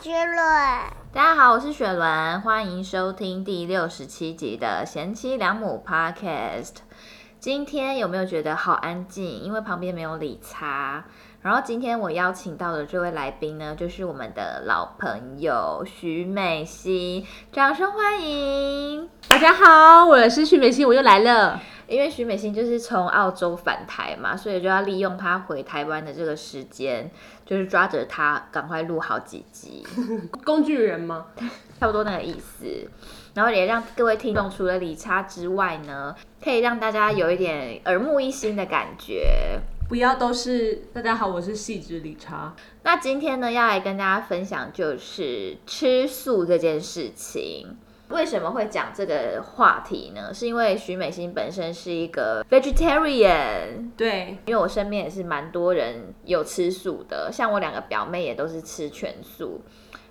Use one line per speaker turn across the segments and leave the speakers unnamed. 居伦，
大家好，我是雪伦，欢迎收听第六十七集的贤妻良母 Podcast。今天有没有觉得好安静？因为旁边没有理查。然后今天我邀请到的这位来宾呢，就是我们的老朋友徐美心，掌声欢迎！
大家好，我是徐美心，我又来了。
因为徐美心就是从澳洲返台嘛，所以就要利用她回台湾的这个时间，就是抓着她赶快录好几集。
工具人吗？
差不多那个意思。然后也让各位听众除了理查之外呢，可以让大家有一点耳目一新的感觉。
不要都是大家好，我是细致理查。
那今天呢，要来跟大家分享就是吃素这件事情。为什么会讲这个话题呢？是因为徐美心本身是一个 vegetarian，
对，
因为我身边也是蛮多人有吃素的，像我两个表妹也都是吃全素，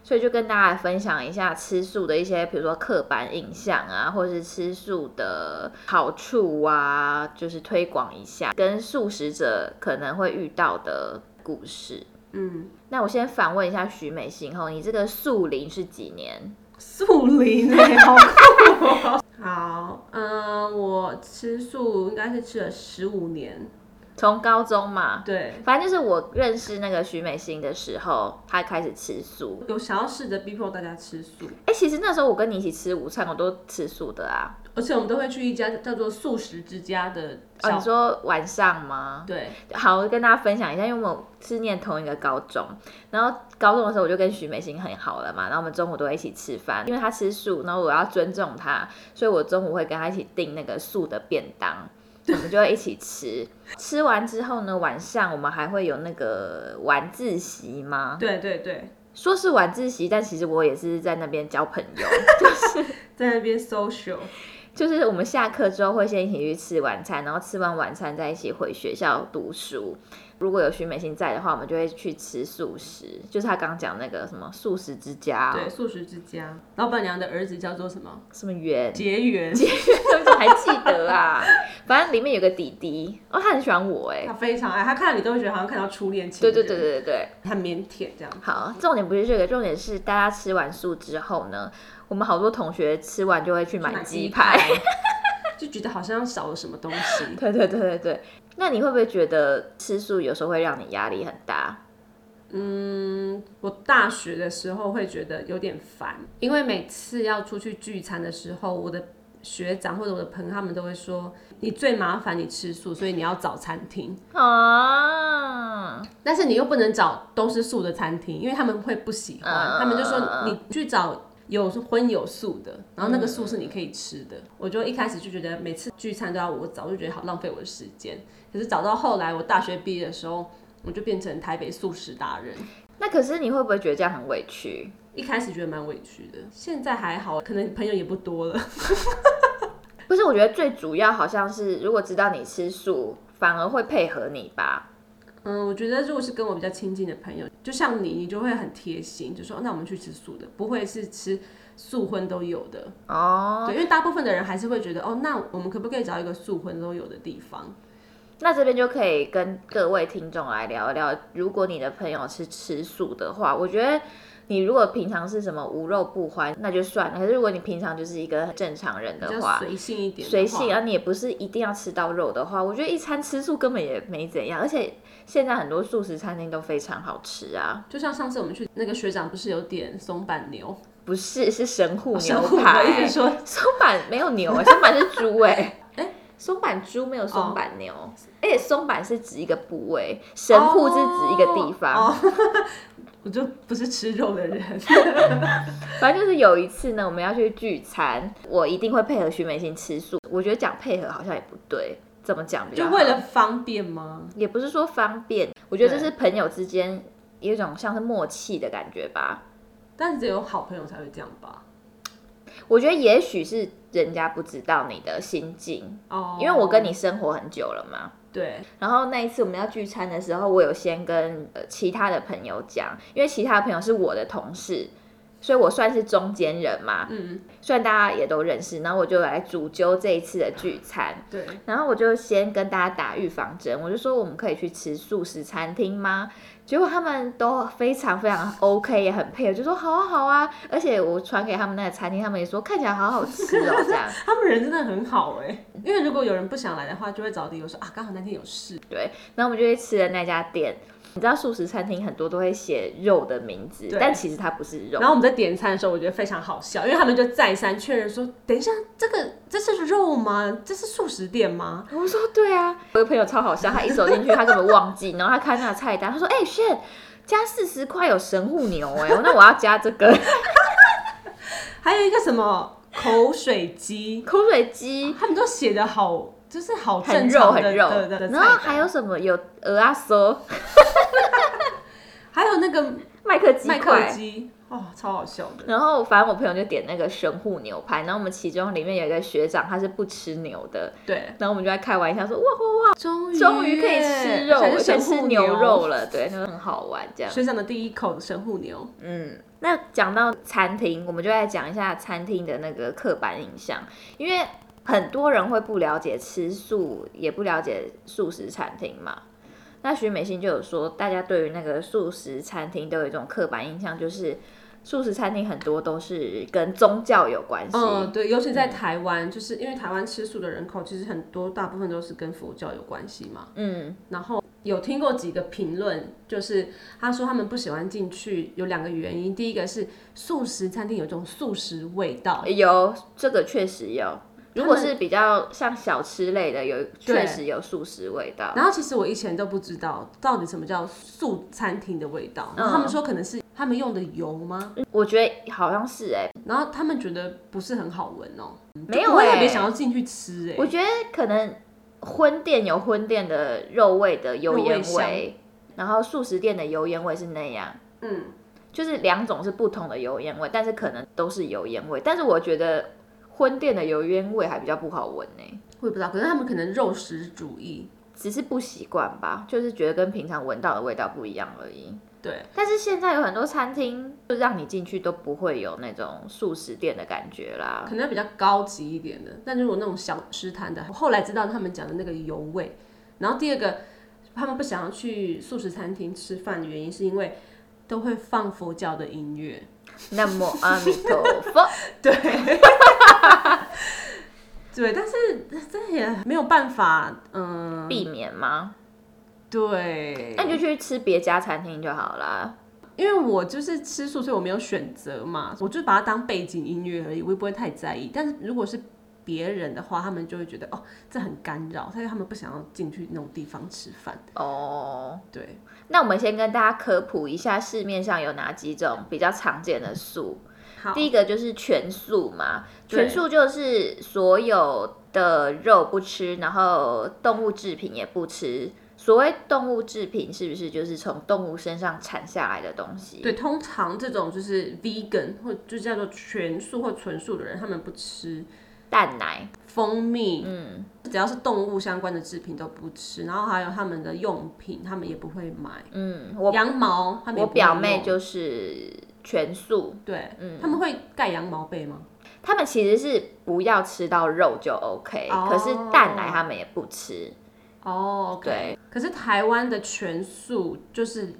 所以就跟大家来分享一下吃素的一些，比如说刻板印象啊，或是吃素的好处啊，就是推广一下跟素食者可能会遇到的故事。
嗯，
那我先反问一下徐美心后，你这个素龄是几年？
素林哎、好酷、哦。好，嗯，我吃素应该是吃了十五年。
从高中嘛，
对，
反正就是我认识那个徐美心的时候，她开始吃素。
有想要试着逼迫大家吃素，
哎、其实那时候我跟你一起吃午餐，我都吃素的啊。
而且我们都会去一家叫做素食之家的
哦，
小。
你说晚上吗？
对，
好，我跟大家分享一下，因为我们是念同一个高中，然后高中的时候我就跟徐美心很好了嘛，然后我们中午都会一起吃饭，因为她吃素，然后我要尊重她，所以我中午会跟她一起订那个素的便当，我们就会一起吃。吃完之后呢，晚上我们还会有那个晚自习吗？
对对对，
说是晚自习，但其实我也是在那边交朋友。
在那边 social。
就是我们下课之后会先一起去吃晚餐，然后吃完晚餐再一起回学校读书。如果有徐美心在的话，我们就会去吃素食，就是她刚讲那个什么素食之家、
对，素食之家，老板娘的儿子叫做什么？
什么圆，
结缘，
我怎么还记得啊？反正里面有个弟弟，哦，他很喜欢我哎、
他非常爱，他看到你都会觉得好像看到初恋情
对
人，
对对对对对。
很腼腆这样。
好，重点不是这个，重点是大家吃完素之后呢，我们好多同学吃完就会去买鸡排。，
就觉得好像少了什么东西。
对对对对对。那你会不会觉得吃素有时候会让你压力很大？
嗯我大学的时候会觉得有点烦，因为每次要出去聚餐的时候，我的学长或者我的朋友他们都会说，你最麻烦你吃素，所以你要找餐厅，
啊，
但是你又不能找都是素的餐厅，因为他们会不喜欢，
嗯
他们就说你去找。有荤有素的，然后那个素是你可以吃的。我就一开始就觉得每次聚餐都要我找，我就觉得好浪费我的时间。可是找到后来我大学毕业的时候，我就变成台北素食达人。
那可是你会不会觉得这样很委屈？
一开始觉得蛮委屈的，现在还好，可能朋友也不多了。
不是，我觉得最主要好像是，如果知道你吃素，反而会配合你吧。
嗯，我觉得如果是跟我比较亲近的朋友，就像你，你就会很贴心，就说哦那我们去吃素的，不会是吃素荤都有的。
哦，
对，因为大部分的人还是会觉得哦，那我们可不可以找一个素荤都有的地方？
那这边就可以跟各位听众来聊一聊，如果你的朋友是吃素的话，我觉得。你如果平常是什么无肉不欢，那就算了。可是如果你平常就是一个很正常人
比
的
较
话，
随性一点，
随性，。啊而你也不是一定要吃到肉的话，我觉得一餐吃素根本也没怎样。而且现在很多素食餐厅都非常好吃啊。
就像上次我们去那个学长，不是有点松板牛
不是，是神户
哦神
牛
户我一
排。
直说
松板没有牛，松板是猪哎、
哎哦
松板猪没有松板牛，而且松板是指一个部位，神户是指一个地方。
哦哦我就不是吃肉 的人，
反正就是有一次呢，我们要去聚餐，我一定会配合徐美心吃素。我觉得讲配合好像也不对，怎么讲比较
就
好
为了方便吗？
也不是说方便，我觉得这
对
是朋友之间有一种像是默契的感觉吧。
但是只有好朋友才会这样吧？
我觉得也许是人家不知道你的心境，
哦，
因为我跟你生活很久了嘛。
对，
然后那一次我们要聚餐的时候，我有先跟呃其他的朋友讲，因为其他的朋友是我的同事，所以我算是中间人嘛。
嗯，
虽然大家也都认识，然后我就来主揪这一次的聚餐。
对，
然后我就先跟大家打预防针，我就说我们可以去吃素食餐厅吗？结果他们都非常非常 OK，也很配合，就说好啊好啊。而且我传给他们那个餐厅，他们也说看起来好好吃哦，这样。
他们人真的很好哎、因为如果有人不想来的话，就会找理由说啊，刚好那天有事。
对，然后我们就去吃了那家店。你知道素食餐厅很多都会写肉的名字，
对
但其实它不是肉
然。后我们在点餐的时候，我觉得非常好笑，因为他们就再三确认说，等一下，这个这是肉吗？这是素食店吗？
我说对啊，我有朋友超好笑，他一走进去他根本忘记，然后他看那个菜单，他说：“哎、s h i t 加四十块有神户牛哎、那我要加这个
还有一个什么口水鸡，
口水 鸡，
他们都写的好，就是好
很
正
肉
常的
很肉
的的。的。
然后
菜单
还有什么有鹅啊嗦
还有那个
麦克鸡
麦克
块。
鸡，哦，超好笑的。
然后反正我朋友就点那个神户牛排，然后我们其中里面有一个学长他是不吃牛的，
对，
然后我们就在开玩笑说哇哇
终于
哇，终于可以吃肉，
而
而且
且是神
吃
户
牛肉了，对，就很好玩这样。
学长的第一口的神户牛，
嗯，那讲到餐厅，我们就来讲一下餐厅的那个刻板印象，因为很多人会不了解吃素，也不了解素食餐厅嘛。那徐美心就有说，大家对于那个素食餐厅都有一种刻板印象，就是素食餐厅很多都是跟宗教有关系。
嗯，对，尤其在台湾，就是因为台湾吃素的人口其实很多，大部分都是跟佛教有关系嘛。
嗯，
然后有听过几个评论，就是他说他们不喜欢进去，有两个原因，第一个是素食餐厅有一种素食味道，
有这个确实有。如果
他们
是比较像小吃类的，有
对
确实有素食味道。
然后其实我以前都不知道到底什么叫素餐厅的味道，然后他们说可能是他们用的油吗？
我觉得好像是哎、
然后他们觉得不是很好闻哦、
没有
我
哎、
特别想要进去吃哎、
我觉得可能荤店有荤店的肉味的油烟
肉
味，
味
然后素食店的油烟味是那样，
嗯，
就是两种是不同的油烟味，但是可能都是油烟味。但是我觉得荤店的油烟味还比较不好闻呢、
我也不知道，可是他们可能肉食主义，
只是不习惯吧，就是觉得跟平常闻到的味道不一样而已。
对，
但是现在有很多餐厅，就让你进去都不会有那种素食店的感觉啦。
可能比较高级一点的。但如果那种小吃摊的，我后来知道他们讲的那个油味。然后第二个，他们不想要去素食餐厅吃饭的原因，是因为都会放佛教的音乐。
那么阿弥陀佛，
对， 对，但是这也没有办法，嗯，
避免吗？
对
那，你就去吃别家餐厅就好啦。
因为我就是吃素，所以我没有选择嘛，我就把它当背景音乐而已，我也不会太在意。但是如果是别人的话，他们就会觉得哦，这很干扰，所以他们不想要进去那种地方吃饭。
哦、
对，
那我们先跟大家科普一下市面上有哪几种比较常见的素。
好，
第一个就是全素嘛，
对
全素就是所有的肉不吃，然后动物制品也不吃。所谓动物制品，是不是就是从动物身上产下来的东西？
对，通常这种就是 vegan 或就叫做全素或纯素的人，他们不吃
蛋奶，
蜂蜜，嗯，只要是动物相关的制品都不吃，然后还有他们的用品，他们也不会买。
嗯，我
羊毛，他们也
我
不会
表妹
用
就是嗯全素，
对，他们会盖羊毛被吗？
他们其实是不要吃到肉就 OK，、
哦
可是蛋奶他们也不吃。
哦、o k 可是台湾的全素就是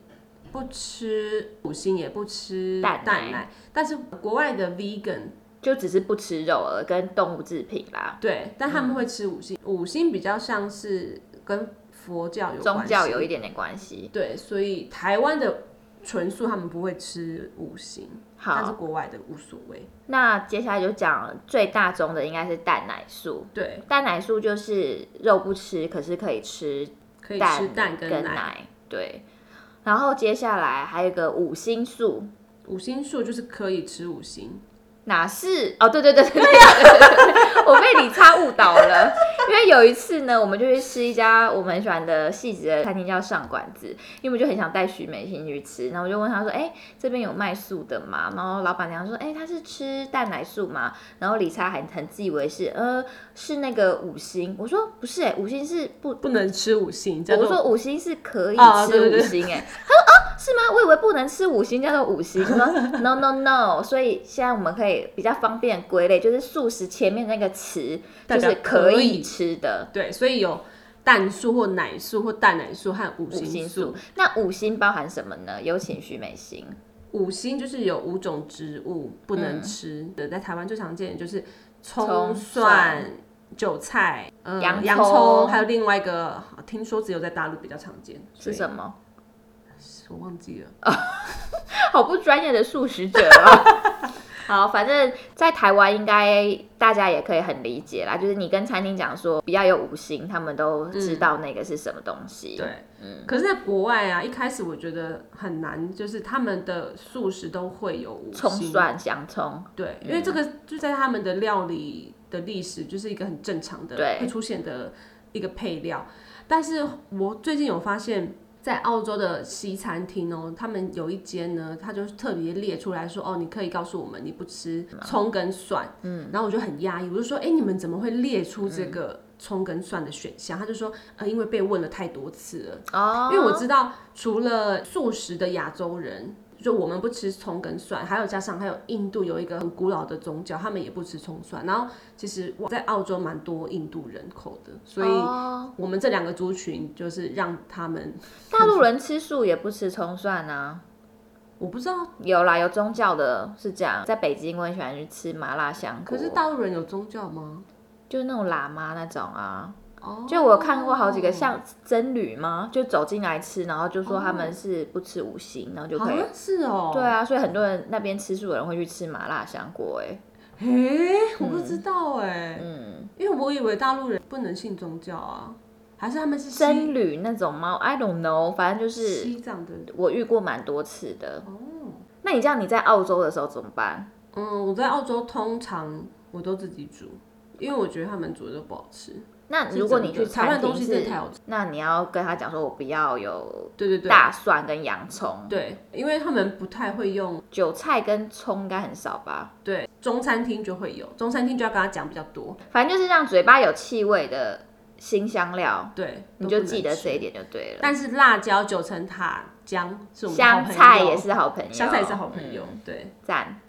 不吃五星，也不吃
蛋奶
但是国外的 vegan
就只是不吃肉而已跟动物制品啦，
对，但他们会吃五星，五星比较像是跟佛教有关
宗教有
系
一点点关系。
对，所以台湾的纯素他们不会吃五星，但是
好，
国外的无所谓。
那接下来就讲最大宗的应该是蛋奶素。
对，
蛋奶素就是肉不吃，可是可以吃
可以
蛋
吃蛋跟
跟
奶。
对，然后接下来还有一个五星素，
五星素就是可以吃五星，
哪是？哦，对对对对对，我被理查误导了。因为有一次呢，我们就去吃一家我们很喜欢的细致的餐厅，叫上馆子，因为我们就很想带许美欣去吃，然后我就问她说：“哎、这边有卖素的吗？”然后老板娘说：“哎、她是吃蛋奶素吗？”然后理查还很自以为是，呃，是那个五星。我说：“不是、哎，五星是不
不能吃五星，叫
我
做
说五星是可以
啊对
吃
对对
五星哎、他说啊是吗？我以为不能吃五星叫做五星，我说 no no no，所以现在我们可以比较方便归类，就是素食前面那个词
代
就
表
是可
可以
以吃的，
对，所以有蛋素或奶素或蛋奶素和五
五
行
星
素
素。。那五星包含什么呢？有请徐美心。
五星就是有五种植物不能吃的，在台湾最常见的就是葱、
嗯葱
蒜、韭菜、呃、
洋葱
洋葱，还有另外一个听说只有在大陆比较常见，
是
所以
什么？
我忘记了。
好不专业的素食者哦。 好，反正在台湾应该大家也可以很理解啦，就是你跟餐厅讲说比较有五星，他们都知道那个是什么东西。
嗯对，
嗯
可是，在国外啊，一开始我觉得很难，就是他们的素食都会有五
葱
星，
蒜嗯香葱，
对，因为这个就在他们的料理的历史，就是一个很正常的
对
会出现的一个配料。但是我最近有发现，在澳洲的西餐厅哦，他们有一间呢，他就特别列出来说，哦，你可以告诉我们你不吃葱跟蒜，嗯，然后我就很压抑，我就说，哎、你们怎么会列出
嗯
这个葱跟蒜的选项？他就说，呃，因为被问了太多次了。
哦，
因为我知道，除了素食的亚洲人，就我们不吃葱跟蒜，还有加上还有印度有一个很古老的宗教，他们也不吃葱蒜。然后其实我在澳洲蛮多印度人口的，所以
哦
我们这两个族群就是让他们，
大陆人吃素也不吃葱蒜啊。
我不知道，
有啦，有宗教的是这样，在北京我很喜欢去吃麻辣香锅，
可是大陆人有宗教吗？
就是那种喇嘛那种啊。
哦
就我有看过好几个像僧侣吗？就走进来吃，然后就说他们是不吃五星，然后就
好
可以
像是哦，
对啊，所以很多人那边吃素的人会去吃麻辣香锅，哎，
诶，我不知道哎、
嗯，
因为我以为大陆人不能信宗教啊，还是他们是西
僧侣那种猫，I don't know，反正就是
西藏的
我遇过蛮多次的。
哦。
那你这样你在澳洲的时候怎么办？
嗯，我在澳洲通常我都自己煮，因为我觉得他们煮的都不好吃。
那
是
如果
怎么
你去
的台湾
餐
东
厅
西真
是
的太好吃，
那你要跟他讲说，我不要有
对对对，
大蒜跟洋葱，
对，因为他们不太会用。
韭菜跟葱应该很少吧？
对，中餐厅就会有，中餐厅就要跟他讲比较多。
反正就是让嘴巴有气味的新香料，
对，
你
都
就
不能
记得
吃
这一。点就对了。
但是辣椒、九层塔、姜是我们的好
香
朋
菜
友
也，是好朋友，嗯
香菜也是好朋友。对，
赞。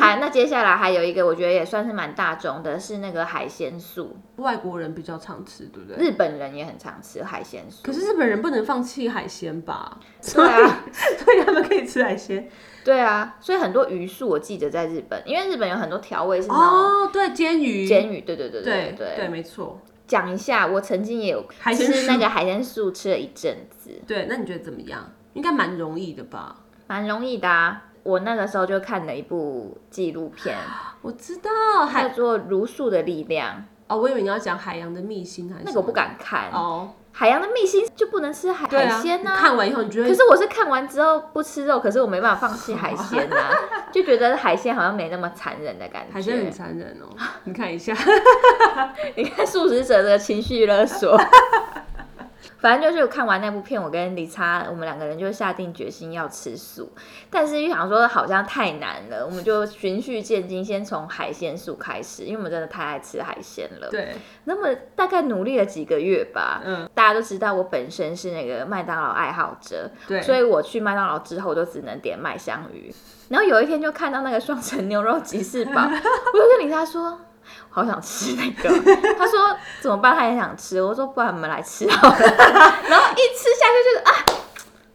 好，那接下来还有一个，我觉得也算是蛮大众的，是那个海鲜素，
外国人比较常吃，对不对？
日本人也很常吃海鲜素。
可是日本人不能放弃海鲜吧？
对啊，
所以他们可以吃海鲜。
对啊，所以很多鱼素我记得在日本，因为日本有很多调味是那种
哦，对，煎鱼，
煎鱼，对对对
对
对
对，。没错。
讲一下，我曾经也有
海鲜
吃那
素
个海鲜素，吃了一阵子，
对，那你觉得怎么样？应该蛮容易的吧？
蛮容易的啊。我那个时候就看了一部纪录片，
我知道
叫
海
做《如素的力量》，
哦，我以为你要讲海洋的秘辛还是
那个我不
敢
敢看。
哦，
海洋的秘辛就不能吃海
对
海
啊，
鲜呐、
看完以后你觉
可
得
是我是看完之后不吃肉，可是我没办法放弃海鲜啊，就觉得海鲜好像没那么残忍的感觉。
海鲜很残忍哦，你看 一下，
你看素食者的情绪勒索。 反正就是看完那部片，我跟李叉我们两个人就下定决心要吃素，但是又想说好像太难了，我们就循序渐进，先从海鲜素开始，因为我们真的太爱吃海鲜了。
对，
那么大概努力了几个月吧，
嗯，
大家都知道我本身是那个麦当劳爱好者，
对
所以我去麦当劳之后，我就只能点麦香鱼。然后有一天就看到那个双层牛肉吉士堡，我就跟李莎说。好想吃那个， 他说怎么办？他也想吃，我说不然我们来吃 好了。然后一吃下去就是啊，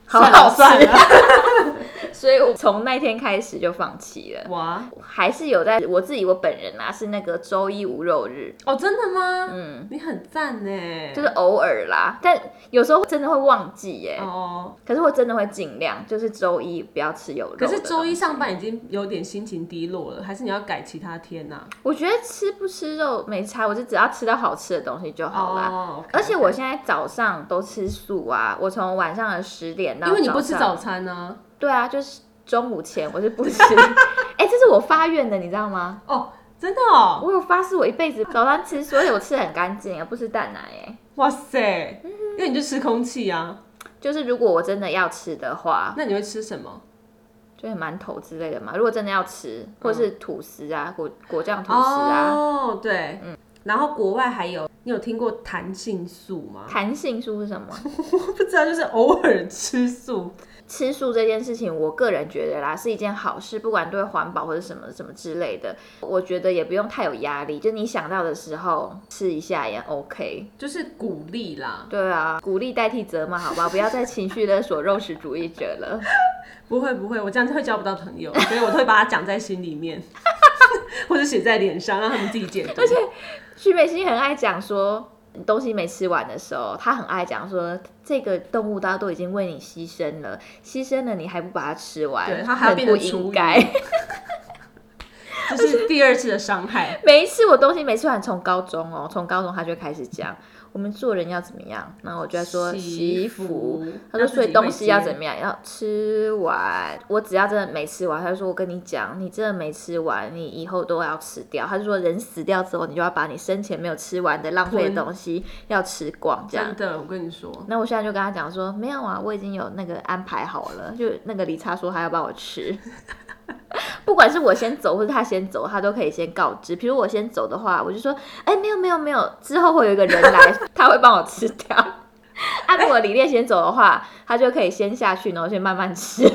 好
算了
好
算
吃，
了，
所以我从那天开始就放弃了。
哇，
还是有在我自己我本人啊，是那个周一无肉日，
哦，真的吗？
嗯，
你很赞呢，
就是哎偶尔啦，但有时候真的会忘记耶。
哦，
可是我真的会尽量，就是周一不要吃有肉。
可是周一，上班已经有点心情低落了，还是你要改其他天呐？
我觉得吃不吃肉没差，我就只要吃到好吃的东西就好啦。
哦，OK，
而且我现在早上都吃素啊，我从晚上的十点到
因为你不吃
上
早餐呢，
对啊，就是中午前我是不吃。 哎、这是我发愿的，你知道吗？
哦，真的哦，
我有发誓，我一辈子早餐吃素，而且我吃得很干净，不吃蛋奶、哎，
哇塞，
嗯
因为你就吃空气啊，
就是如果我真的要吃的话，
那你会吃什么？
就是馒头之类的嘛。如果真的要吃，
嗯哦
或是吐司啊，果果酱吐司啊，
哦，对，然后国外还有你有听过弹性素吗？
弹性素是什么？
我不知道，就是偶尔吃素。
吃素这件事情，我个人觉得啦是一件好事，不管对环保或者什么什么之类的，我觉得也不用太有压力，就你想到的时候吃一下也 OK。
就是鼓励啦，
对啊，鼓励代替责骂，好不好？不要再情绪勒索肉食主义者了。
不会不会，我这样就会交不到朋友， 所以我都会把它讲在心里面， 或者写在脸上，让他们自己解读。而且
徐美心很爱讲说，东西没吃完的时候，她很爱讲说，这个动物它都已经为你牺牲了，牺牲了你还不把它吃完，
对它还要
很
变
不
成厨
应
余
该。
这是第二次的伤害。
每一次我东西没吃完，从高中哦，从高中他就开始讲我们做人要怎么样，然后我就在说洗衣服，他说所以东西要怎么样，要吃完。我只要真的没吃完，他就说我跟你讲，你真的没吃完，你以后都要吃掉。他就说人死掉之后，你就要把你生前没有吃完的浪费的东西要吃光，这样
真。的，我跟你说，
那我现在就跟他讲说，没有啊，我已经有那个安排好了，就那个李查说他要帮我吃， 不管是我先走或是他先走，他都可以先告知。比如我先走的话，我就说，哎、没有没有没有，之后会有一个人来， 他会帮我吃掉。 啊，如果李烈先走的话，他就可以先下去，然后先慢慢吃。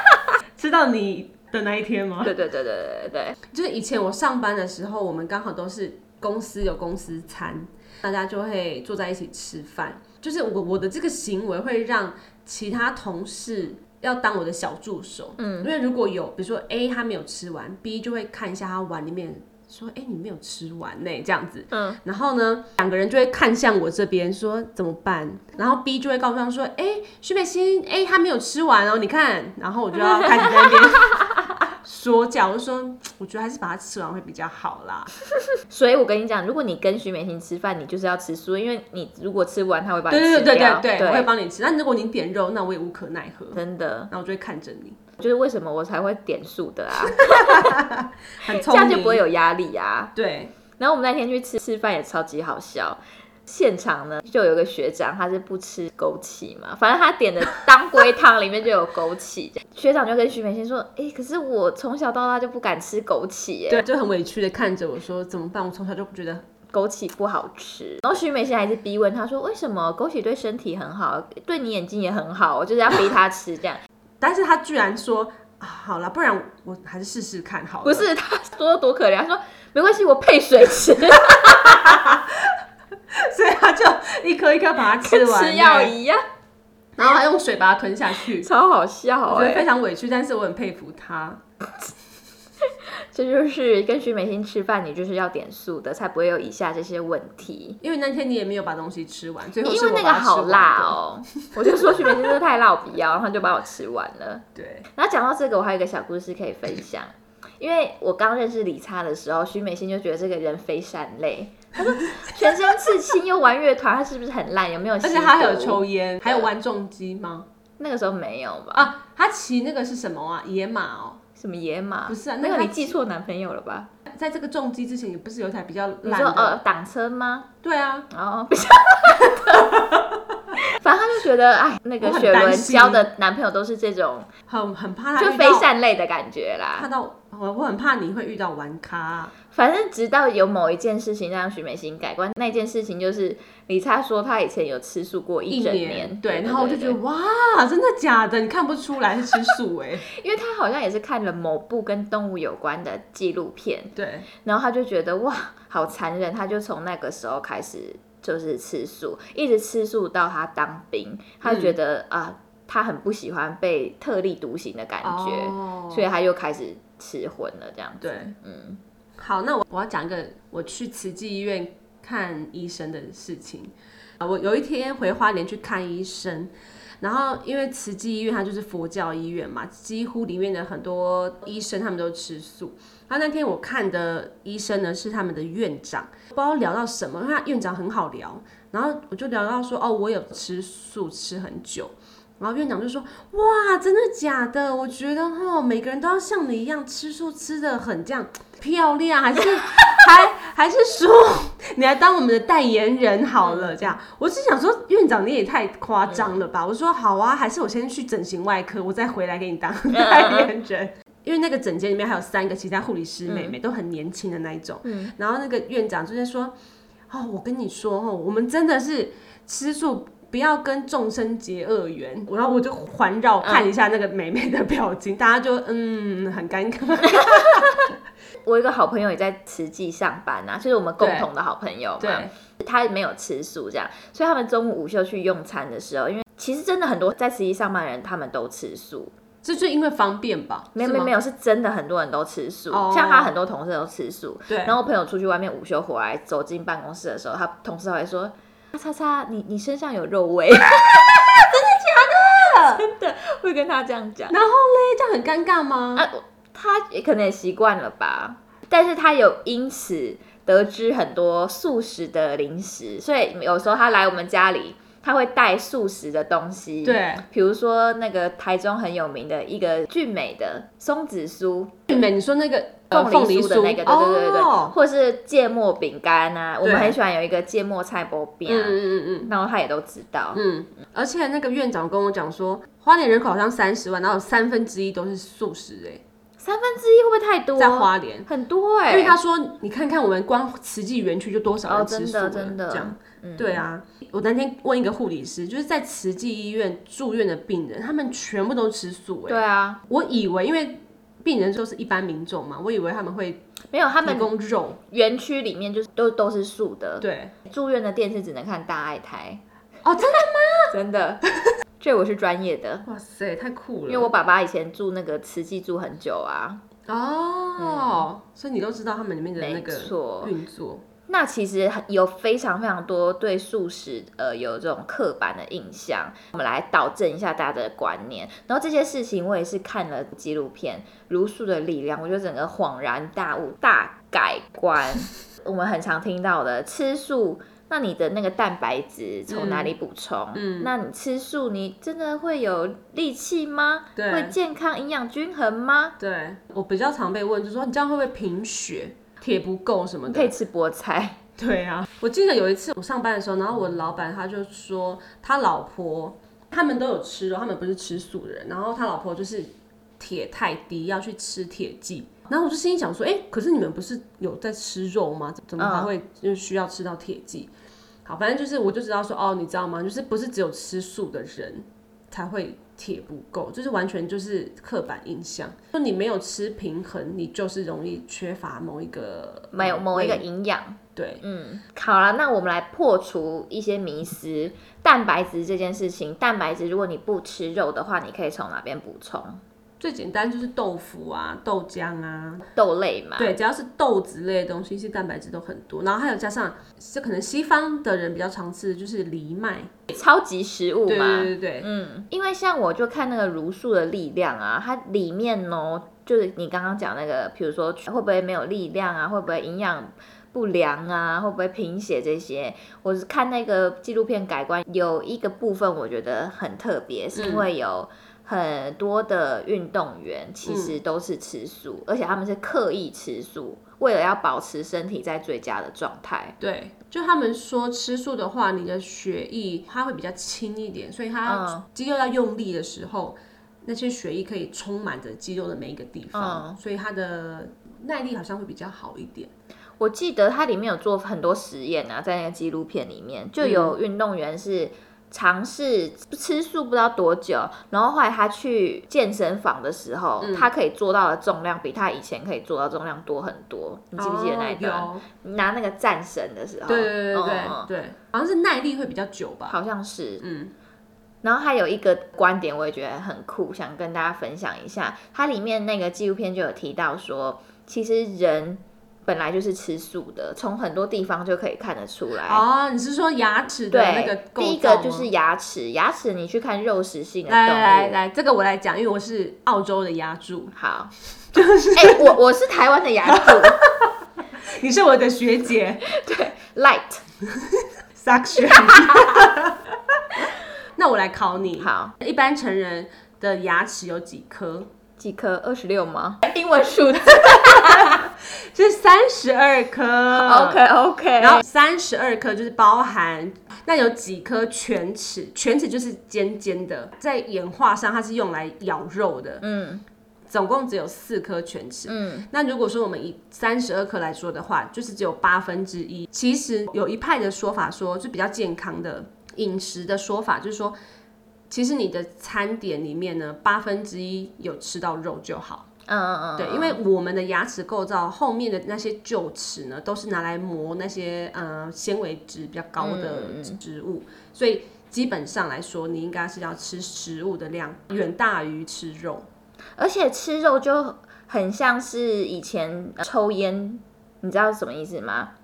知道你的那一天吗？
对对对对对对对，
就是以前我上班的时候，我们刚好都是公司有公司餐，大家就会坐在一起吃饭。就是我我的这个行为会让其他同事要当我的小助手，嗯，因为如果有比如说 A 他没有吃完，B 就会看一下他碗里面。说，哎、你没有吃完呢、这样子，嗯，然后呢，两个人就会看向我这边，说怎么办？然后 B 就会告诉他说，哎、徐美心，哎、他没有吃完哦，你看，然后我就要开始在那 边说教，我就说，我觉得还是把它吃完会比较好啦。
所以我跟你讲，如果你跟徐美婷吃饭，你就是要吃素，因为你如果吃不完，他会把你
对对
吃
对
掉。
对对，我会帮你吃。那如果你点肉，那我也无可奈何。
真的，
然后我就会看着你，
就是为什么我才会点素的啊？
很
这
聪
样
明，
就不会有压力啊。
对，
然后我们那天去吃吃饭也超级好笑，现场呢就有一个学长他是不吃枸杞嘛，反正他点的当归汤里面就有枸杞，学长就跟徐美欣说：“哎、可是我从小到大就不敢吃枸杞耶、
对，就很委屈的看着我说怎么办？我从小就不觉得
枸杞不好吃。”然后徐美欣还是逼问他说：“为什么枸杞对身体很好，对你眼睛也很好？”我就是要逼他吃这样，
但是他居然说、啊好了，不然我还是试试看 好了。
不，是他说多可怜，他说没关系，我配水 吃，
所以他就一颗一颗把它吃
跟
完，
吃药
对
一样，
然后还用水把它吞 下去。
超好笑
我
哎、
觉得非常委屈，但是我很佩服他。
这就是跟徐美心吃饭，你就是要点素的，才不会有以下这些问题。
因为那天你也没有把东西吃完，最后
因
是
为
我
那个
把它吃
好
完
辣
的。
哦，我就说徐美心真的太辣，我不要，然后就把我吃完了。
对，
然后讲到这个，我还有一个小故事可以分享。因为我刚认识李差的时候，徐美心就觉得这个人非善类，她说全身刺青又玩乐团，他是不是很烂？有没有吸
而
毒？
且他还有抽烟，还有玩重机吗？
那个时候没有吧？
啊，他骑那个是什么啊？野马哦，
什么野马？
不是啊那
那
个
个你
他
记错男朋友了吧？
在这个重机之前，也不是有一台比较
你说
烂的？
呃挡车吗？
对啊，
哦， 不是，反正他就觉得，哎，那个
我很
雪
担
伦
心
交的男朋友都是这种
很很怕他
就
遇
非
到
善类的感觉
怕
啦。
到我，我很怕你会遇到玩咖啊、
反正直到有某一件事情让许美心改观，那件事情就是李差说他以前有吃素过
一
整
对，然后我就觉得
对
哇，真的假的？你看不出来是吃素哎、
对因为他好像也是看了某部跟动物有关的纪录片，
对，
然后他就觉得哇，好残忍，他就从那个时候开始就是吃素，一直吃素到他当兵，他觉得
嗯
啊、他很不喜欢被特立独行的感觉，
哦
所以他又开始吃荤了，这样子。
对，
嗯，
好，那我我要讲一个我去慈济医院看医生的事情啊。我有一天回花莲去看医生，然后因为慈济医院它就是佛教医院嘛，几乎里面的很多医生他们都吃素。然后那天我看的医生呢是他们的院长，不知道聊到什么，因为他院长很好聊，然后我就聊到说哦，我有吃素吃很久。然后院长就说：“哇，真的假的？我觉得哦，每个人都要像你一样吃素，吃的很这样漂亮，还是 还还是说你来当我们的代言人好了？这样，我是想说院长你也太夸张了吧？我说好啊，还是我先去整形外科，我再回来给你当代言人。”因为那个整间里面还有三个其他护理师妹妹，都很年轻的那一种。然后那个院长就在说：“哦，我跟你说哦，我们真的是吃素。不要跟众生结恶缘，然后我就环绕看一下那个美美的表情，大家就嗯很尴尬。
我有一个好朋友也在慈济上班啊，就是我们共同的好朋友嘛
对。
他没有吃素这样，所以他们中午午休去用餐的时候，因为其实真的很多在慈济上班的人，他们都吃素。
这就因为方便吧？
没有
是
没有
吗
没有，是真的很多人都吃素，
哦
像他很多同事都吃素。
对
然后我朋友出去外面午休回来，走进办公室的时候，他同事还会说：“ 叉叉，你你身上有肉味。” 真的假的？ 真的会跟他这样讲。
然后嘞，这样很尴尬吗？
啊，我他也可能也习惯了吧，但是他有因此得知很多素食的零食，所以有时候他来我们家里，他会带素食的东西，，
对，
比如说那个台中很有名的一个俊美的松子酥，
俊美，你说那个呃
凤梨酥的那个，对对对对对，
哦
或是芥末饼干啊，我们
对
很喜欢有一个芥末菜包饼
嗯
啊，
嗯嗯
然后他也都知道，
嗯嗯，而且那个院长跟我讲说，花莲人口好像三十万，然后有三分之一都是素食哎、
三分之一会不会太多？
在花莲。
很多哎、
因为他说，你看看我们光慈济园区就多少
哦，
人吃
真
素
的
了，
真
这样
的，，嗯
对啊，我那天问一个护理师，就是在慈济医院住院的病人，他们全部都吃素、欸。
对啊，
我以为因为病人就是一般民众嘛，我以为他们会
没有他
提
们
供肉。
园区里面就是都都是素的，
对，
住院的电视只能看大爱台，
哦，真的，
真的， 这我是专业的，
哇塞，太酷
因
了。
为我爸爸以前住那个慈济住很久啊。
哦，所以你都知道他们里面的那
嗯没错
个运作。
那其实很有非常非常多对素食呃有这种刻板的印象，我们来导正一下大家的观念。然后这些事情我也是看了纪录片《如素的力量》，我就整个恍然大悟，大改 观。我们很常听到的吃素。那你的那个蛋白质从哪里补充？
嗯
那你吃素，你真的会有力气吗？
对
会健康、营养均衡吗？
对我比较常被问，就说你这样会不会贫血、铁不够什么
你
的
可？以吃菠菜，
对啊，我记得有一次我上班的时候，然后我老板他就说他老婆他们都有吃肉，他们不是吃素的人，然后他老婆就是铁太低，要去吃铁剂。然后我就心里想说，哎、可是你们不是有在吃肉吗？怎
嗯
么还会就需要吃到铁剂？好，反正就是我就知道说，哦，你知道吗？就是不是只有吃素的人才会铁不够，就是完全就是刻板印象，说你没有吃平衡，你就是容易缺乏某一个
没有 某一个
维
营养。
对。
嗯，好了，那我们来破除一些迷思。蛋白质这件事情，蛋白质如果你不吃肉的话，你可以从哪边补充？
最简单就是豆腐啊、豆浆啊，
豆类嘛，
对，只要是豆子类的东西，其实蛋白质都很多。然后还有加上，这可能西方的人比较常吃的就是藜麦，
超级食物
对
嘛。
对对对，
嗯，因为像我就看那个茹素的力量啊，它里面哦，就是你刚刚讲那个，比如说会不会没有力量啊，会不会营养不良啊，会不会贫血这些，我是看那个纪录片改观，有一个部分我觉得很特别，是因为有。很多的运动员其实都是吃素，而且他们是刻意吃素，为了要保持身体在最佳的状态。
对，就他们说吃素的话，你的血液它会比较轻一点，所以它
嗯
肌肉要用力的时候，那些血液可以充满着肌肉的每一个地方，
嗯
所以它的耐力好像会比较好一点。
我记得它里面有做很多实验啊，在那个纪录片里面就
嗯
有运动员是尝试吃素不知道多久，然后后来他去健身房的时候，
嗯
他可以做到的重量比他以前可以做到重量多很多。你记不记得那一段？
哦
你拿那个战神的时候，
有对对对对对
嗯嗯嗯
对，好像是耐力会比较久吧。
好像是。
嗯，
然后还有一个观点，我也觉得很酷，想跟大家分享一下。它里面那个纪录片就有提到说，其实人本来就是吃素的，从很多地方就可以看得出来。
哦，你是说牙齿的那个
对，
构
第一个
造吗
就是牙齿，牙齿你去看肉食性的动
来来来
物。
来，这个我来讲，因为我是澳洲的牙 柱，
好，哎、我我是台湾的牙齿
你是我的学姐
，light。
，suction。那我来考你，
好，
一般成人的牙齿有几颗？
几颗？二十六吗？英文数字。
是三十二颗。
OK OK。
然后三十二颗就是包含，那有几颗犬齿？犬齿就是尖尖的，在演化上它是用来咬肉的。
嗯，
总共只有四颗全齿。
嗯，
那如果说我们以三十二颗来说的话，就是只有八分之一。其实有一派的说法说，就比较健康的饮食的说法，就是说，其实你的餐点里面呢，八分之一有吃到肉就好。
嗯嗯嗯，
对，因为我们的牙齿构造后面的那些臼齿呢，都是拿来磨那些呃纤维值比较高的植物，所以基本上来说，你应该是要吃食物的量远大于吃肉。
而且吃肉就很像是以前、呃抽烟，你知道什么意思吗？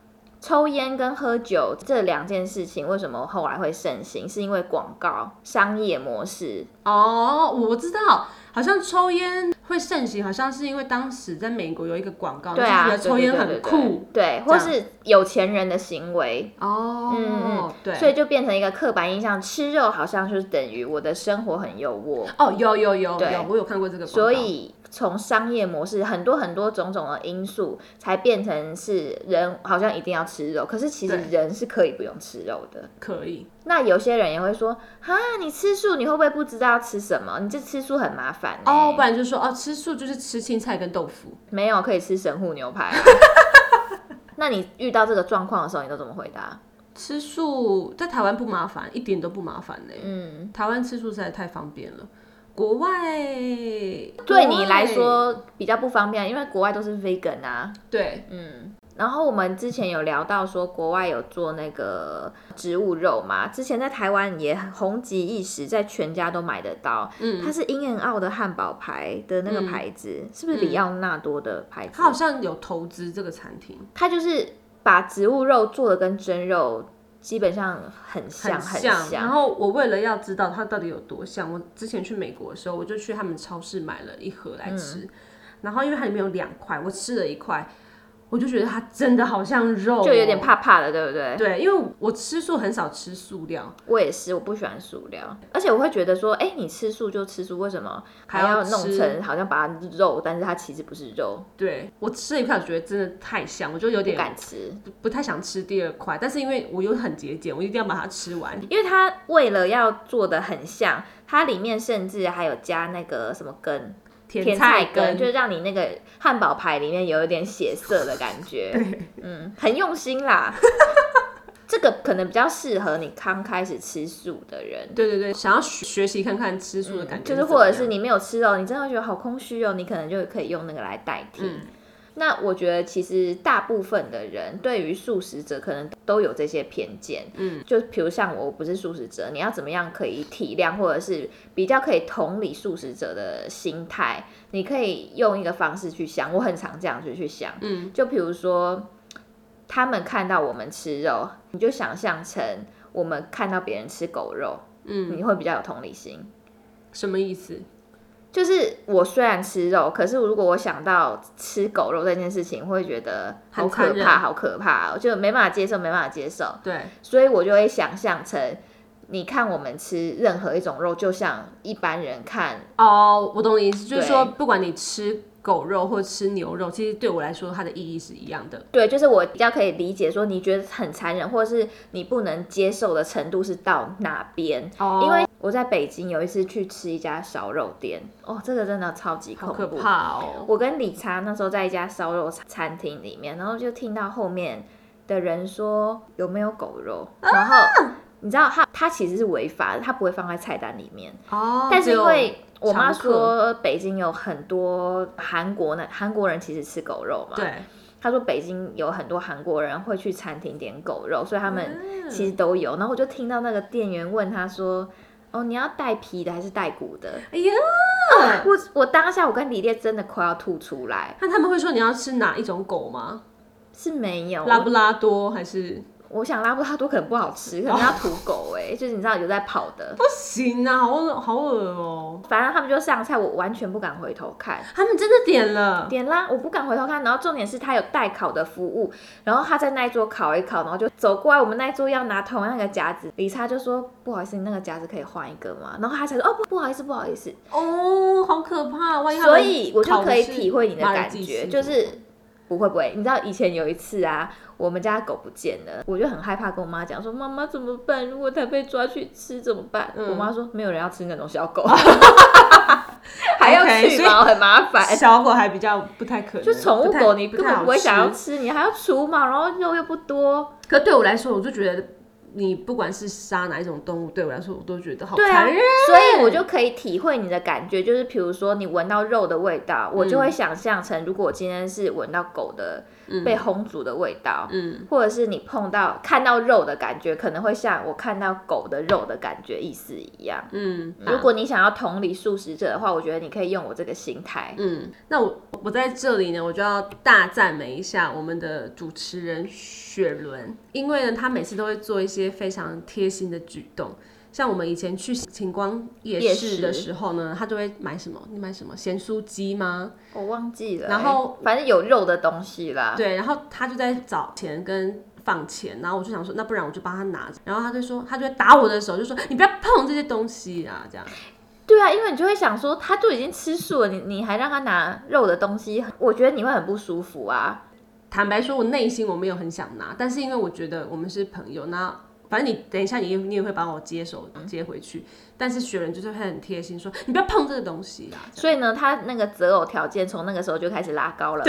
抽烟跟喝酒这两件事情，为什么后来会盛行？是因为广告商业模式。
哦，我知道，好像抽烟会盛行，好像是因为当时在美国有一个广告，
对啊，
哦就觉得抽烟
对
很
对对
酷。
对，
这
或
样
是有钱人的行为，
哦，
嗯嗯，
对，
所以就变成一个刻板印象，吃肉好像就是等于我的生活很优渥。
哦，有有有
对
有，我有看过这个广告。
所以从商业模式很多很多种种的因素，才变成是人好像一定要吃肉，可是其实
对
人是可以不用吃肉的。
可以，
那有些人也会说，哈，你吃素你会不会不知道吃什么？你这吃素很麻烦、欸、
哦，不然就说哦，吃素就是吃青菜跟豆腐。
没有可以吃神户牛排 啊、那你遇到这个状况的时候，你都怎么回答？
吃素在台湾不麻烦，一点都不麻烦嘞、
嗯，
台湾吃素实在太方便了。国外
对你来，
国外
说比较不方便，因为国外都是 vegan 啊。
对，
嗯，然后我们之前有聊到说，国外有做那个植物肉嘛，之前在台湾也红极一时，在全家都买得到。
嗯，
它是英恩奥的汉堡牌的那个牌子，是不是里奥纳多的牌子？
他嗯好像有投资这个餐厅，
它就是把植物肉做的跟真肉基本上很像，很
像。然后我为了要知道它到底有多像，我之前去美国的时候，我就去他们超市买了一盒来吃。
嗯
然后因为它里面有两块，我吃了一块，我就觉得它真的好像肉、哦
就有点。怕怕的，对不对？
对，因为我吃素很少吃塑料，
我也是，我不喜欢塑料，而且我会觉得说，哎、你吃素就吃素，为什么还
还要
要弄
吃
成好像把它肉，但是它其实不是肉，
对我吃了一块，我觉得真的太像，我就有
不
点
敢吃，
不不太想吃第二块，但是因为我又很节俭，我一定要把它吃完。
因为它为了要做的很像，它里面甚至还有加那个什么根，
甜
菜
根
就是让你那个汉堡排里面有一点血色的感 觉，嗯，很用心啦。 这个可能比较适合你刚开始吃素的人，
对对对，想要学学习看看吃素的感
就
觉怎么样、
是或者是你没有吃肉，你真的会觉得好空虚哦，你可能就可以用那个来代替。
嗯
那我觉得其实大部分的人对于素食者可能都有这些偏见，
嗯，
就比如像我，我不是素食者，你要怎么样可以体谅或者是比较可以同理素食者的心态？你可以用一个方式去想，我很常这样子去想，
嗯，
就比如说他们看到我们吃肉，你就想象成我们看到别人吃狗肉，
嗯，
你会比较有同理心。
什么意思？
就是我虽然吃肉，可是如果我想到吃狗肉这件事情，会觉得好
很残
可
忍
怕，好可怕哦，就没办法接受，没办法接受，
对，
所以我就会想象成，你看我们吃任何一种肉，就像一般人看，
哦，我懂你意思，就是
对
说不管你吃狗肉或吃牛肉，其实对我来说它的意义是一样的。
对，就是我比较可以理解说，你觉得很残忍，或者是你不能接受的程度是到哪边。
哦
因为我在北京有一次去吃一家烧肉店，哦，这个真的超级恐
好
怖，
可怕哦。
我跟理查那时候在一家烧肉餐餐厅里面，然后就听到后面的人说有没有狗肉，
啊
然后你知道他他其实是违法的，他不会放在菜单里面，
哦，
但是因为
只有
我妈
常客
说北京有很多韩国呢，韩国人其实吃狗肉嘛，
对，
她说北京有很多韩国人会去餐厅点狗肉，所以他们
嗯
其实都有。然后我就听到那个店员问他说：“哦，你要带皮的还是带骨 的？”
哎呀，
我我当下我跟李烈真的快要吐出来，
那他们会说你要吃哪一种狗吗？
是没有。
拉布拉多还是
我想拉布拉多可能不好吃，可能要土狗哎、就是你知道有在跑的
不。行啊？好恶好恶哦、
反正他们就上菜，我完全不敢回头看。
他们真的点了。
点啦，我不敢回头看。然后重点是他有代烤的服务，然后他在那一桌烤一烤，然后就走过来我们那一桌要拿同样的夹子，李莎就说不好意思，你那个夹子可以换一个吗？然后他才说哦不不好意思不好意思，
哦，好可怕！万一他
所
们
以我就
烤的
可以
是
体会你的
马尔
感
济
觉，
斯
就
什么
是不会不会，你知道以前有一次啊，我们家狗不见了，我就很害怕跟我妈讲说，妈妈怎么办？如果它被抓去吃怎么办？
嗯
我妈说没有人要吃那种小狗，还要
OK，
去
所以
毛很麻烦。
小狗还比较不太可能，
就宠物
太
狗，你
不
根
太
本
好
不会想要
吃。
吃，你还要除毛，然后肉又不多。
可对我来说，我就觉得你不管是杀哪一种动物，对我来说我都觉得好
对啊
残忍。，
所以我就可以体会你的感觉，就是比如说你闻到肉的味道，我就会
嗯
想象成如果我今天是闻到狗的被烘煮的味道，
嗯，
或者是你碰到看到肉的感觉，可能会像我看到狗的肉的感觉意思一样。
嗯
如果你想要同理素食者的话，我觉得你可以用我这个心态。
嗯，那我我在这里呢，我就要大赞美一下我们的主持人雪伦，因为呢，他每次都会做一些非常贴心的举动。像我们以前去晴光夜
夜
市的
市
时候呢，他就会买什么？你买什么咸酥鸡吗？
我忘记了欸、
然后
反正有肉的东西啦。
对，然后他就在找钱跟放钱，然后我就想说，那不然我就帮他拿着。然后他就说，他就会打我的手，就说你不要碰这些东西啊，这样。
对啊，因为你就会想说，他都已经吃素了，你你还让他拿肉的东西，我觉得你会很不舒服啊。
坦白说，我内心我没有很想拿，但是因为我觉得我们是朋友，那反正你等一下你也你也会把我接手接回去。但是雪人就是会很贴心说，你不要碰这个东西啊，
所以呢，他那个择偶条件从那个时候就开始拉高了。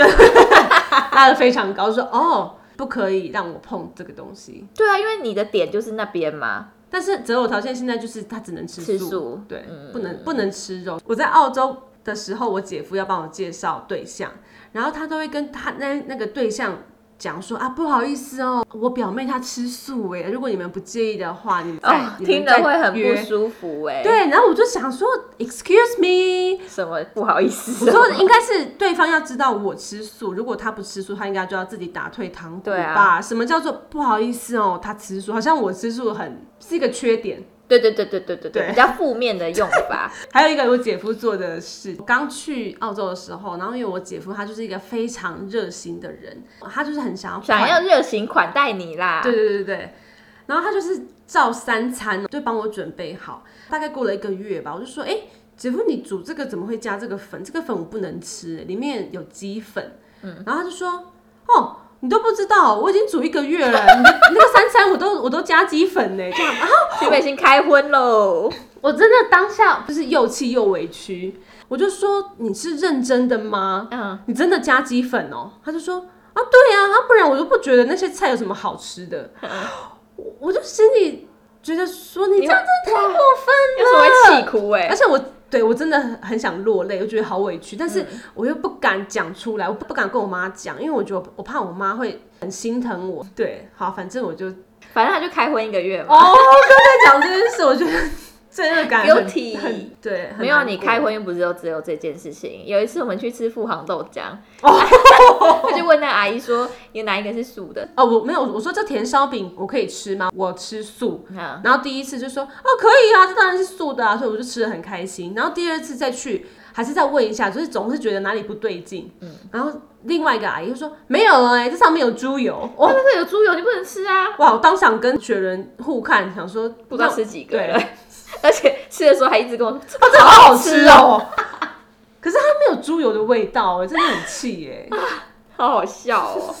拉的非常高，就说哦不可以让我碰这个东西。
对啊，因为你的点就是那边嘛，
但是择偶条件现在就是他只能吃素，
吃素嗯哦
对，不能不能吃肉。我在澳洲的时候，我姐夫要帮我介绍对象，然后他都会跟他那那个对象讲说啊，不好意思哦，我表妹她吃素哎，如果你们不介意的话，你们再、
哦，
你
听
们
了
再
会很不
约
舒服哎、，
对，然后我就想说，Excuse me，
什么不好意思
我
什么，
说应该是对方要知道我吃素，如果他不吃素，他应该就要自己打退堂鼓
对啊
吧？什么叫做不好意思哦，他吃素，好像我吃素很是一个缺点。
对对对对对对对，
对
比较负面的用 法。
还有一个我姐夫做的事，我刚去澳洲的时候，然后因为我姐夫他就是一个非常热心的人，他就是很想要
想
款
要热情款待你啦。
对对对对对，然后他就是照三餐就帮我准备好，大概过了一个月吧，我就说，哎、姐夫你煮这个怎么会加这个粉？这个粉我不能吃、里面有鸡粉。嗯，然后他就说，哦。你都不知道，我已经煮一个月了，你的那个三餐我都我都加鸡粉呢，这样
徐美心开荤喽，
我真的当下就是又气又委屈，我就说你是认真的吗？
嗯，
你真的加鸡粉哦？他就说啊，对啊，啊不然我都不觉得那些菜有什么好吃的。我我就心里觉得说你这样真的太过
有时候
分
会
了，
气哭哎、
而且我对我真的很很想落泪，我觉得好委屈，但是
嗯
我又不敢讲出来，我不敢跟我妈讲，因为我觉得我怕我妈会很心疼我。对，好，反正我就
反正他就开荤一个月嘛。
哦，刚才讲这件事，我觉得罪恶感很
Guilty
很对，很
没有，啊
难
你
过
开荤又不是就只有这件事情。有一次我们去吃富航豆浆， 他就问那阿姨说：“有哪一个是素的
哦，我没有，我说这甜烧饼我可以吃吗？我吃素。？”
啊，
然后第一次就说哦可以啊，这当然是素的啊，所以我就吃的很开心。然后第二次再去还是再问一下，就是总是觉得哪里不对劲。嗯，然后另外一个阿姨就说没有哎、这上面有猪油。哇
但是有猪油你不能吃啊，
哇，我当场跟雪人互看，想说
不
不
知道吃几个
对
了， 而且吃的时候还一直跟我说
哦，这好好吃 哦。可是它没有猪油的味道、哎，真的很气哎、
好好笑哦。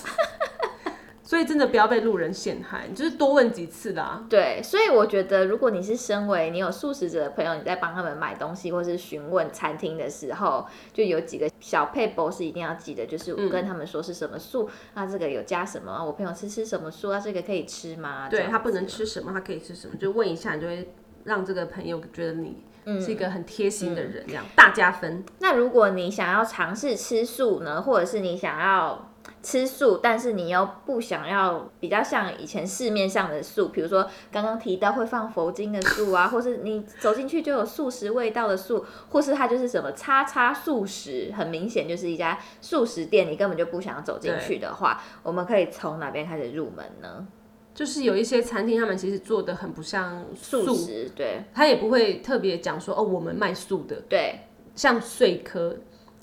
所以真的不要被路人陷害，你就是多问几次啦。
对，所以我觉得，如果你是身为你有素食者的朋友，你在帮他们买东西或是询问餐厅的时候，就有几个小配博是一定要记得，就是我
嗯
跟他们说是什么素，啊，这个有加什么，啊我朋友吃吃什么素，啊，这个可以吃吗？这
对
样
他不能
子。
吃什么，他可以吃什么，就问一下，你就会让这个朋友觉得你是一个很贴心的人，这样、大加分。
那如果你想要尝试吃素呢，或者是你想要。吃素，但是你又不想要比较像以前市面上的素，比如说刚刚提到会放佛经的素啊，或是你走进去就有素食味道的素，或是它就是什么叉叉素食，很明显就是一家素食店，你根本就不想走进去的话，我们可以从哪边开始入门呢？
就是有一些餐厅，他们其实做的很不像
素
素，
食，对
他也不会特别讲说哦，我们卖素的，
对，
像碎科，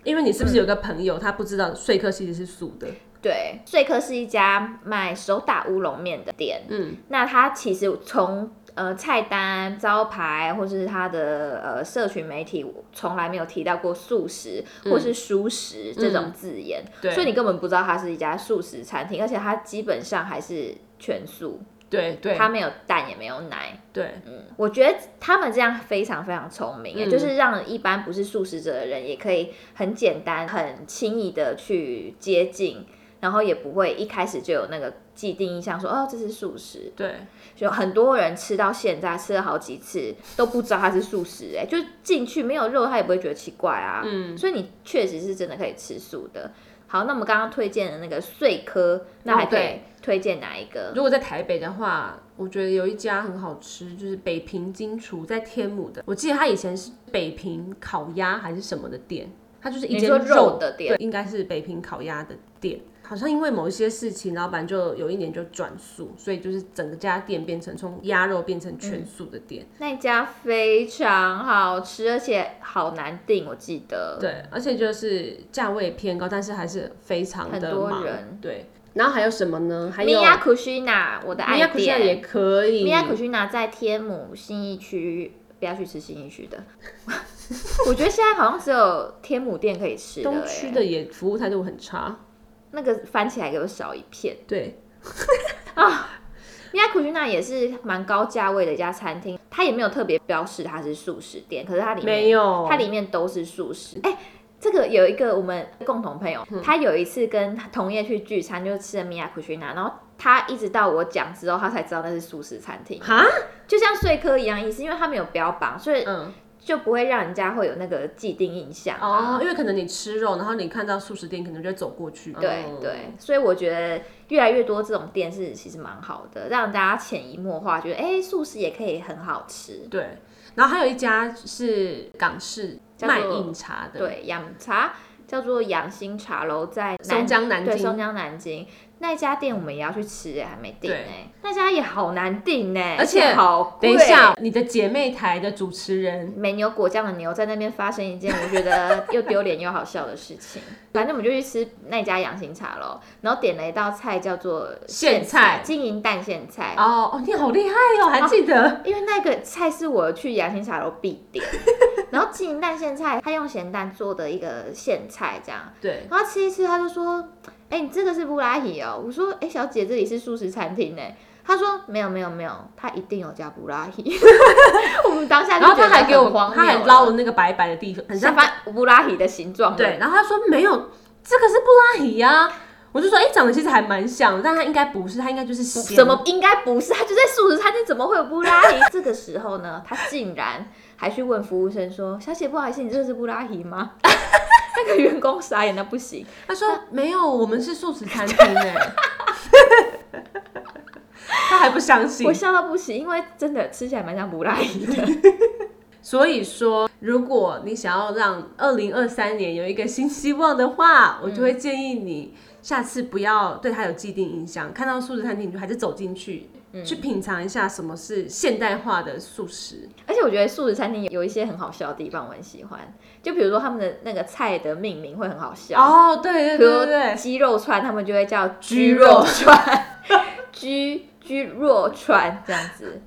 因为你是不是有个朋友，他不知道碎科其实是素的，
对，穗客是一家卖手打乌龙面的店。嗯，那它其实从呃菜单、招牌，或是它的呃社群媒体，从来没有提到过素食或是熟食这种字眼，
对
所以你根本不知道它是一家素食餐厅，而且它基本上还是全素。
对对
它没有蛋也没有奶。
对，
嗯，我觉得他们这样非常非常聪
嗯
明，也就是让一般不是素食者的人也可以很简单、很轻易的去接近，然后也不会一开始就有那个既定印象说哦这是素食。
对，
就很多人吃到现在吃了好几次都不知道它是素食、欸，哎，就进去没有肉他也不会觉得奇怪啊。
嗯，
所以你确实是真的可以吃素的。好，那我们刚刚推荐的那个碎科，那还可以
哦对
推荐哪一个？
如果在台北的话，我觉得有一家很好吃，就是北平金厨，在天母的。我记得它以前是北平烤鸭还是什么的店，它就是一
你
间
说肉的店
对，应该是北平烤鸭的店。好像因为某一些事情，老板就有一年就转素，所以就是整个家店变成从鸭肉变成
嗯
全素的店。
那一家非常好吃，而且好难订，我记得。
对，而且就是价位偏高，但是还是非常的
很多
忙
人
对。然后还有什么呢？还有
米亚库西娜，我的
米
爱
亚苦夏也
店。
可以。
米亚库西娜在天母信义区，不要去吃信义区的。 我觉得现在好像只有天母店可以吃的、
东
欸，
区的也服务态度很差。
那个番茄还给我少一片。
对，
米亚库西娜也是蛮高价位的一家餐厅，它也没有特别标示它是素食店，可是它里面
没有，
它里面都是素食。哎、这个有一个我们共同朋友，
嗯
他有一次跟同业去聚餐，就吃了米亚库奇娜，然后他一直到我讲之后，他才知道那是素食餐厅，
哈，
就像碎科一样意思，因为他没有标榜，所以
嗯，
就不会让人家会有那个既定印象、啊。
哦，因为可能你吃肉，然后你看到素食店，可能就会走过去。
对
嗯
对，所以我觉得越来越多这种店是其实蛮好的，让大家潜移默化觉得，哎、素食也可以很好吃。
对。然后还有一家是港式
叫做
卖饮茶的，，
对，养茶叫做养心茶楼，在南
松江南
对，松
京，
江南京那家店我们也要去吃耶，还没订
对
哎，那家也好难订哎，
而且
好
等
贵。
一下，你的姐妹台的主持人，
美牛果酱的牛在那边发生一件我觉得又丢脸又好笑的事情， 反正我们就去吃那家养心茶楼，然后点了一道菜叫做
苋菜
金银蛋苋菜，
哦哦，你好厉害 哦，还记得，
因为那个菜是我去养心茶楼必 点，然后金银蛋苋菜，它用咸蛋做的一个苋菜这样，
对，
然后吃一吃，他就说：“哎、你这个是布拉提哦。”我说：“哎、小姐，这里是素食餐厅呢。”他说：“没有，没有，没有，他一定有加布拉提。” 我们当下就
然后他还给我，
慌，
他还捞了那个白白的地方，很
像
像，
啊发布拉提的形状。
对，，然后他说没有，这个是布拉提呀，我就说，哎，长得其实还蛮像，但他应该不是，他应该就是咸
怎么应该不是？他就在素食餐厅，怎么会有布拉提？ 这个时候呢，他竟然还去问服务生说：“小姐，不好意思，你这个是布拉提吗？” 那个员工傻眼到不行。
他
嗯
说没有，我们是素食餐厅 哎，他还不相信
我。笑到不行，因为真的吃起来蛮像布拉提的。
所以说，如果你想要让二零二三年有一个新希望的话，我就会建议你下次不要对它有既定印象，看到素食餐厅你就还是走进去。
嗯
去品尝一下什么是现代化的素食，
而且我觉得素食餐厅有有一些很好笑的地方，我很喜欢。就比如说他们的那个菜的命名会很好笑，
哦，对对
比如
对对
鸡肉串，他们就会叫
居
肉
肉
串， 居居肉串这样子，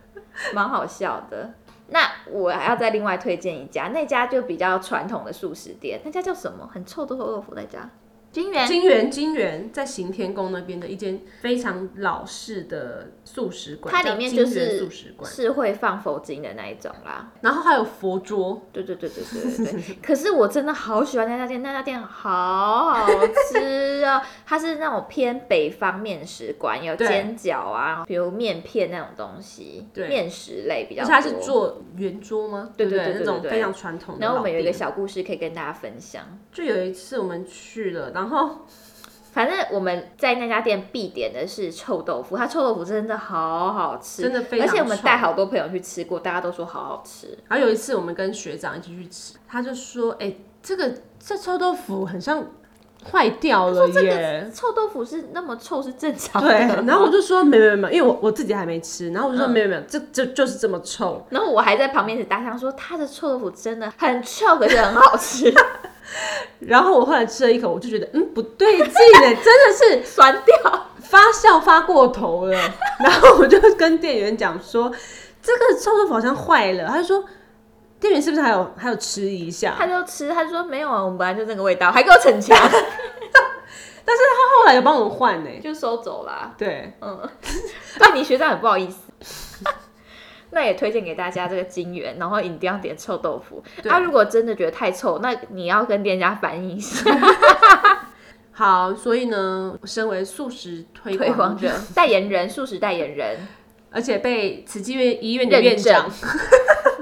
蛮好笑的。那我还要再另外推荐一家，那家就比较传统的素食店，那家叫什么？很臭的臭豆腐那家，金源
对，金源金源在行天宫那边的一间非常老式的素食馆，
它
叫
里面
金
就是
源素食馆，
是会放佛经的那一种啦。
然后还有佛桌，
对对对对对对 对。可是我真的好喜欢那家店，那家店好好吃啊！它是那种偏北方面食馆，有
对
煎饺啊，比如面片那种东西，
对
面食类比较
而且
多。
它是做圆桌吗？
对
对
对对对
那种
对对
非常传统的
然
老店。
后我们有一个小故事可以跟大家分享。
就有一次我们去了，然后
反正我们在那家店必点的是臭豆腐，它臭豆腐真的好好吃，
真的非常
而且我们
臭
带好多朋友去吃过，大家都说好好吃。
然后有一次我们跟学长一起去吃，他就说：“哎、这个这臭豆腐很像坏掉了 耶。”
臭豆腐是那么臭是正常的
对，嗯
吗，
然后我就说没有没有没有，因为我我自己还没吃，然后我就说没有没有，这这就是这么臭。
然后我还在旁边一直搭腔说，他的臭豆腐真的很臭，可是很好吃，
然后我后来吃了一口，我就觉得嗯不对劲哎，真的是
酸掉。
发酵发过头了， 然后我就跟店员讲说，这个臭豆腐好像坏了，他就说，店员是不是还有还有迟疑一下？
他就吃，他就说没有啊，我们本来就这个味道，还给我逞强。
但是他后来有帮我们换呢、
就收走啦。
对，
嗯， 对你学长很不好意思。 那也推荐给大家这个金源，然后一定要点臭豆腐。
对
啊，如果真的觉得太臭，那你要跟店家反映一下。
好，所以呢，身为素食推
推
广
广 者、代言人、素食代言人，
而且被慈济院医院的院长。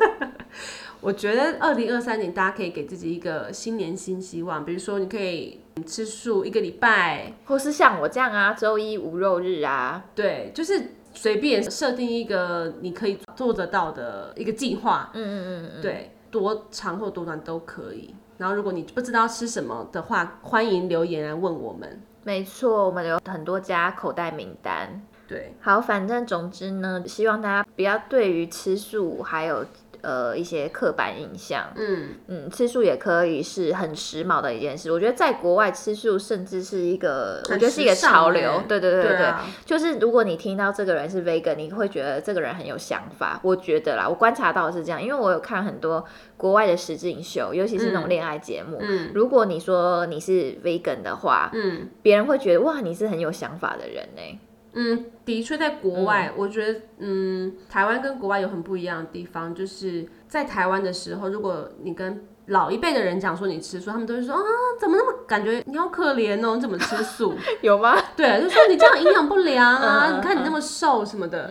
我觉得二零二三年大家可以给自己一个新年新希望，比如说你可以吃素一个礼拜，
或是像我这样啊，周一无肉日啊，
对，就是随便设定一个你可以做得到的一个计划，
嗯嗯嗯嗯，
对，多长或多短都可以。然后如果你不知道吃什么的话，欢迎留言来问我们。
没错，我们有很多家口袋名单。
对，
好，反正总之呢，希望大家不要对于吃素还有呃一些刻板印象。
嗯，
嗯，吃素也可以是很时髦的一件事。我觉得在国外吃素甚至是一个，我
很
觉得是一个
时尚
潮
欸
流。对对对对
对啊
就是如果你听到这个人是 vegan，你会觉得这个人很有想法。我觉得啦，我观察到的是这样，因为我有看很多国外的实境秀，尤其是那种恋爱节目。
嗯
如果你说你是 vegan 的话，
嗯
别人会觉得哇，你是很有想法的人呢、欸
嗯，的确在国外，我觉得嗯，台湾跟国外有很不一样的地方，就是在台湾的时候，如果你跟老一辈的人讲说你吃素，他们都会说啊，怎么那么感觉你好可怜哦，你怎么吃素？
有吗？
对，就说你这样营养不良啊，
嗯嗯嗯
你看你那么瘦什么的。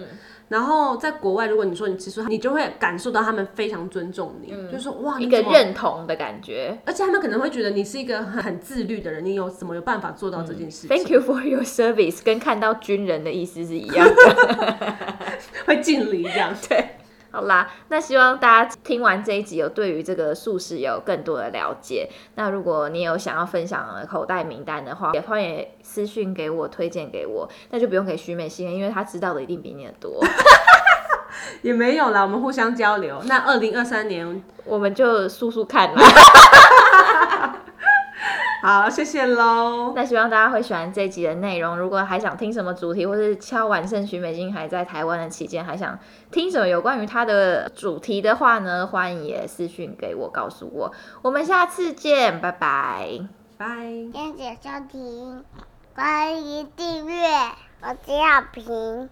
然后在国外，如果你说你吃素，你就会感受到他们非常尊重你，就说哇，
嗯一
哦你
个
怎么
认同的感觉。
而且他们可能会觉得你是一个很很自律的人，你有怎么有办法做到这件事情？
Thank you for your service，跟看到军人的意思是一样的。
会敬礼这样。
好啦，那希望大家听完这一集有对于这个素食有更多的了解。那如果你有想要分享的口袋名单的话，也欢迎私讯给我，推荐给我。那就不用给徐美心了，因为她知道的一定比你的 多。
也没有啦，我们互相交流。那二零二三年，
我们就速速看啦。
好，谢谢喽。
哦那希望大家会喜欢这一集的内容。如果还想听什么主题，或是敲完圣许美金还在台湾的期间，还想听什么有关于它的主题的话呢，欢迎也私讯给我，告诉我。我们下次见，拜拜。
拜。
谢谢收听，欢迎订阅，我是小平。